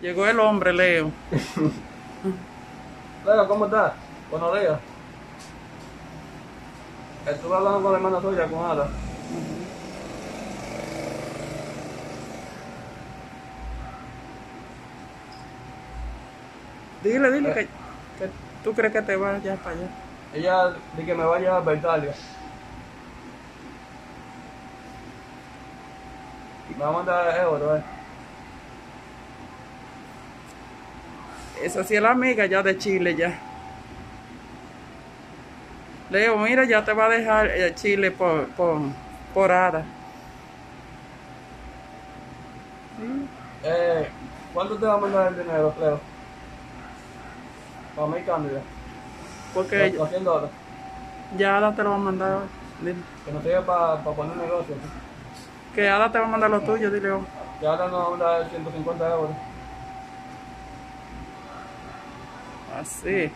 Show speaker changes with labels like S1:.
S1: Llegó el hombre, Leo.
S2: Leo, ¿cómo estás? Buenos días. Estuve hablando con la hermana tuya, con Ada.
S1: Dile, dile
S2: Eh.
S1: que, que tú crees que te vas ya para allá.
S2: Ella dice que me va a llevar a Bertalia. Me va a mandar euros, eh.
S1: Esa sí es la amiga ya de Chile ya. Leo, mira, ya te va a dejar eh, Chile por, por, por Ada.
S2: Eh, ¿Cuánto te va a mandar el dinero, Leo? Para mi cambio.
S1: Porque
S2: Los 200 dólares.
S1: ya Ada te lo va a mandar. Dile.
S2: Que no te lleve para poner un negocio.
S1: Que Ada te va a mandar lo tuyo, dile. oh.
S2: Y ahora nos va a mandar 150 euros.
S1: Ah, Así.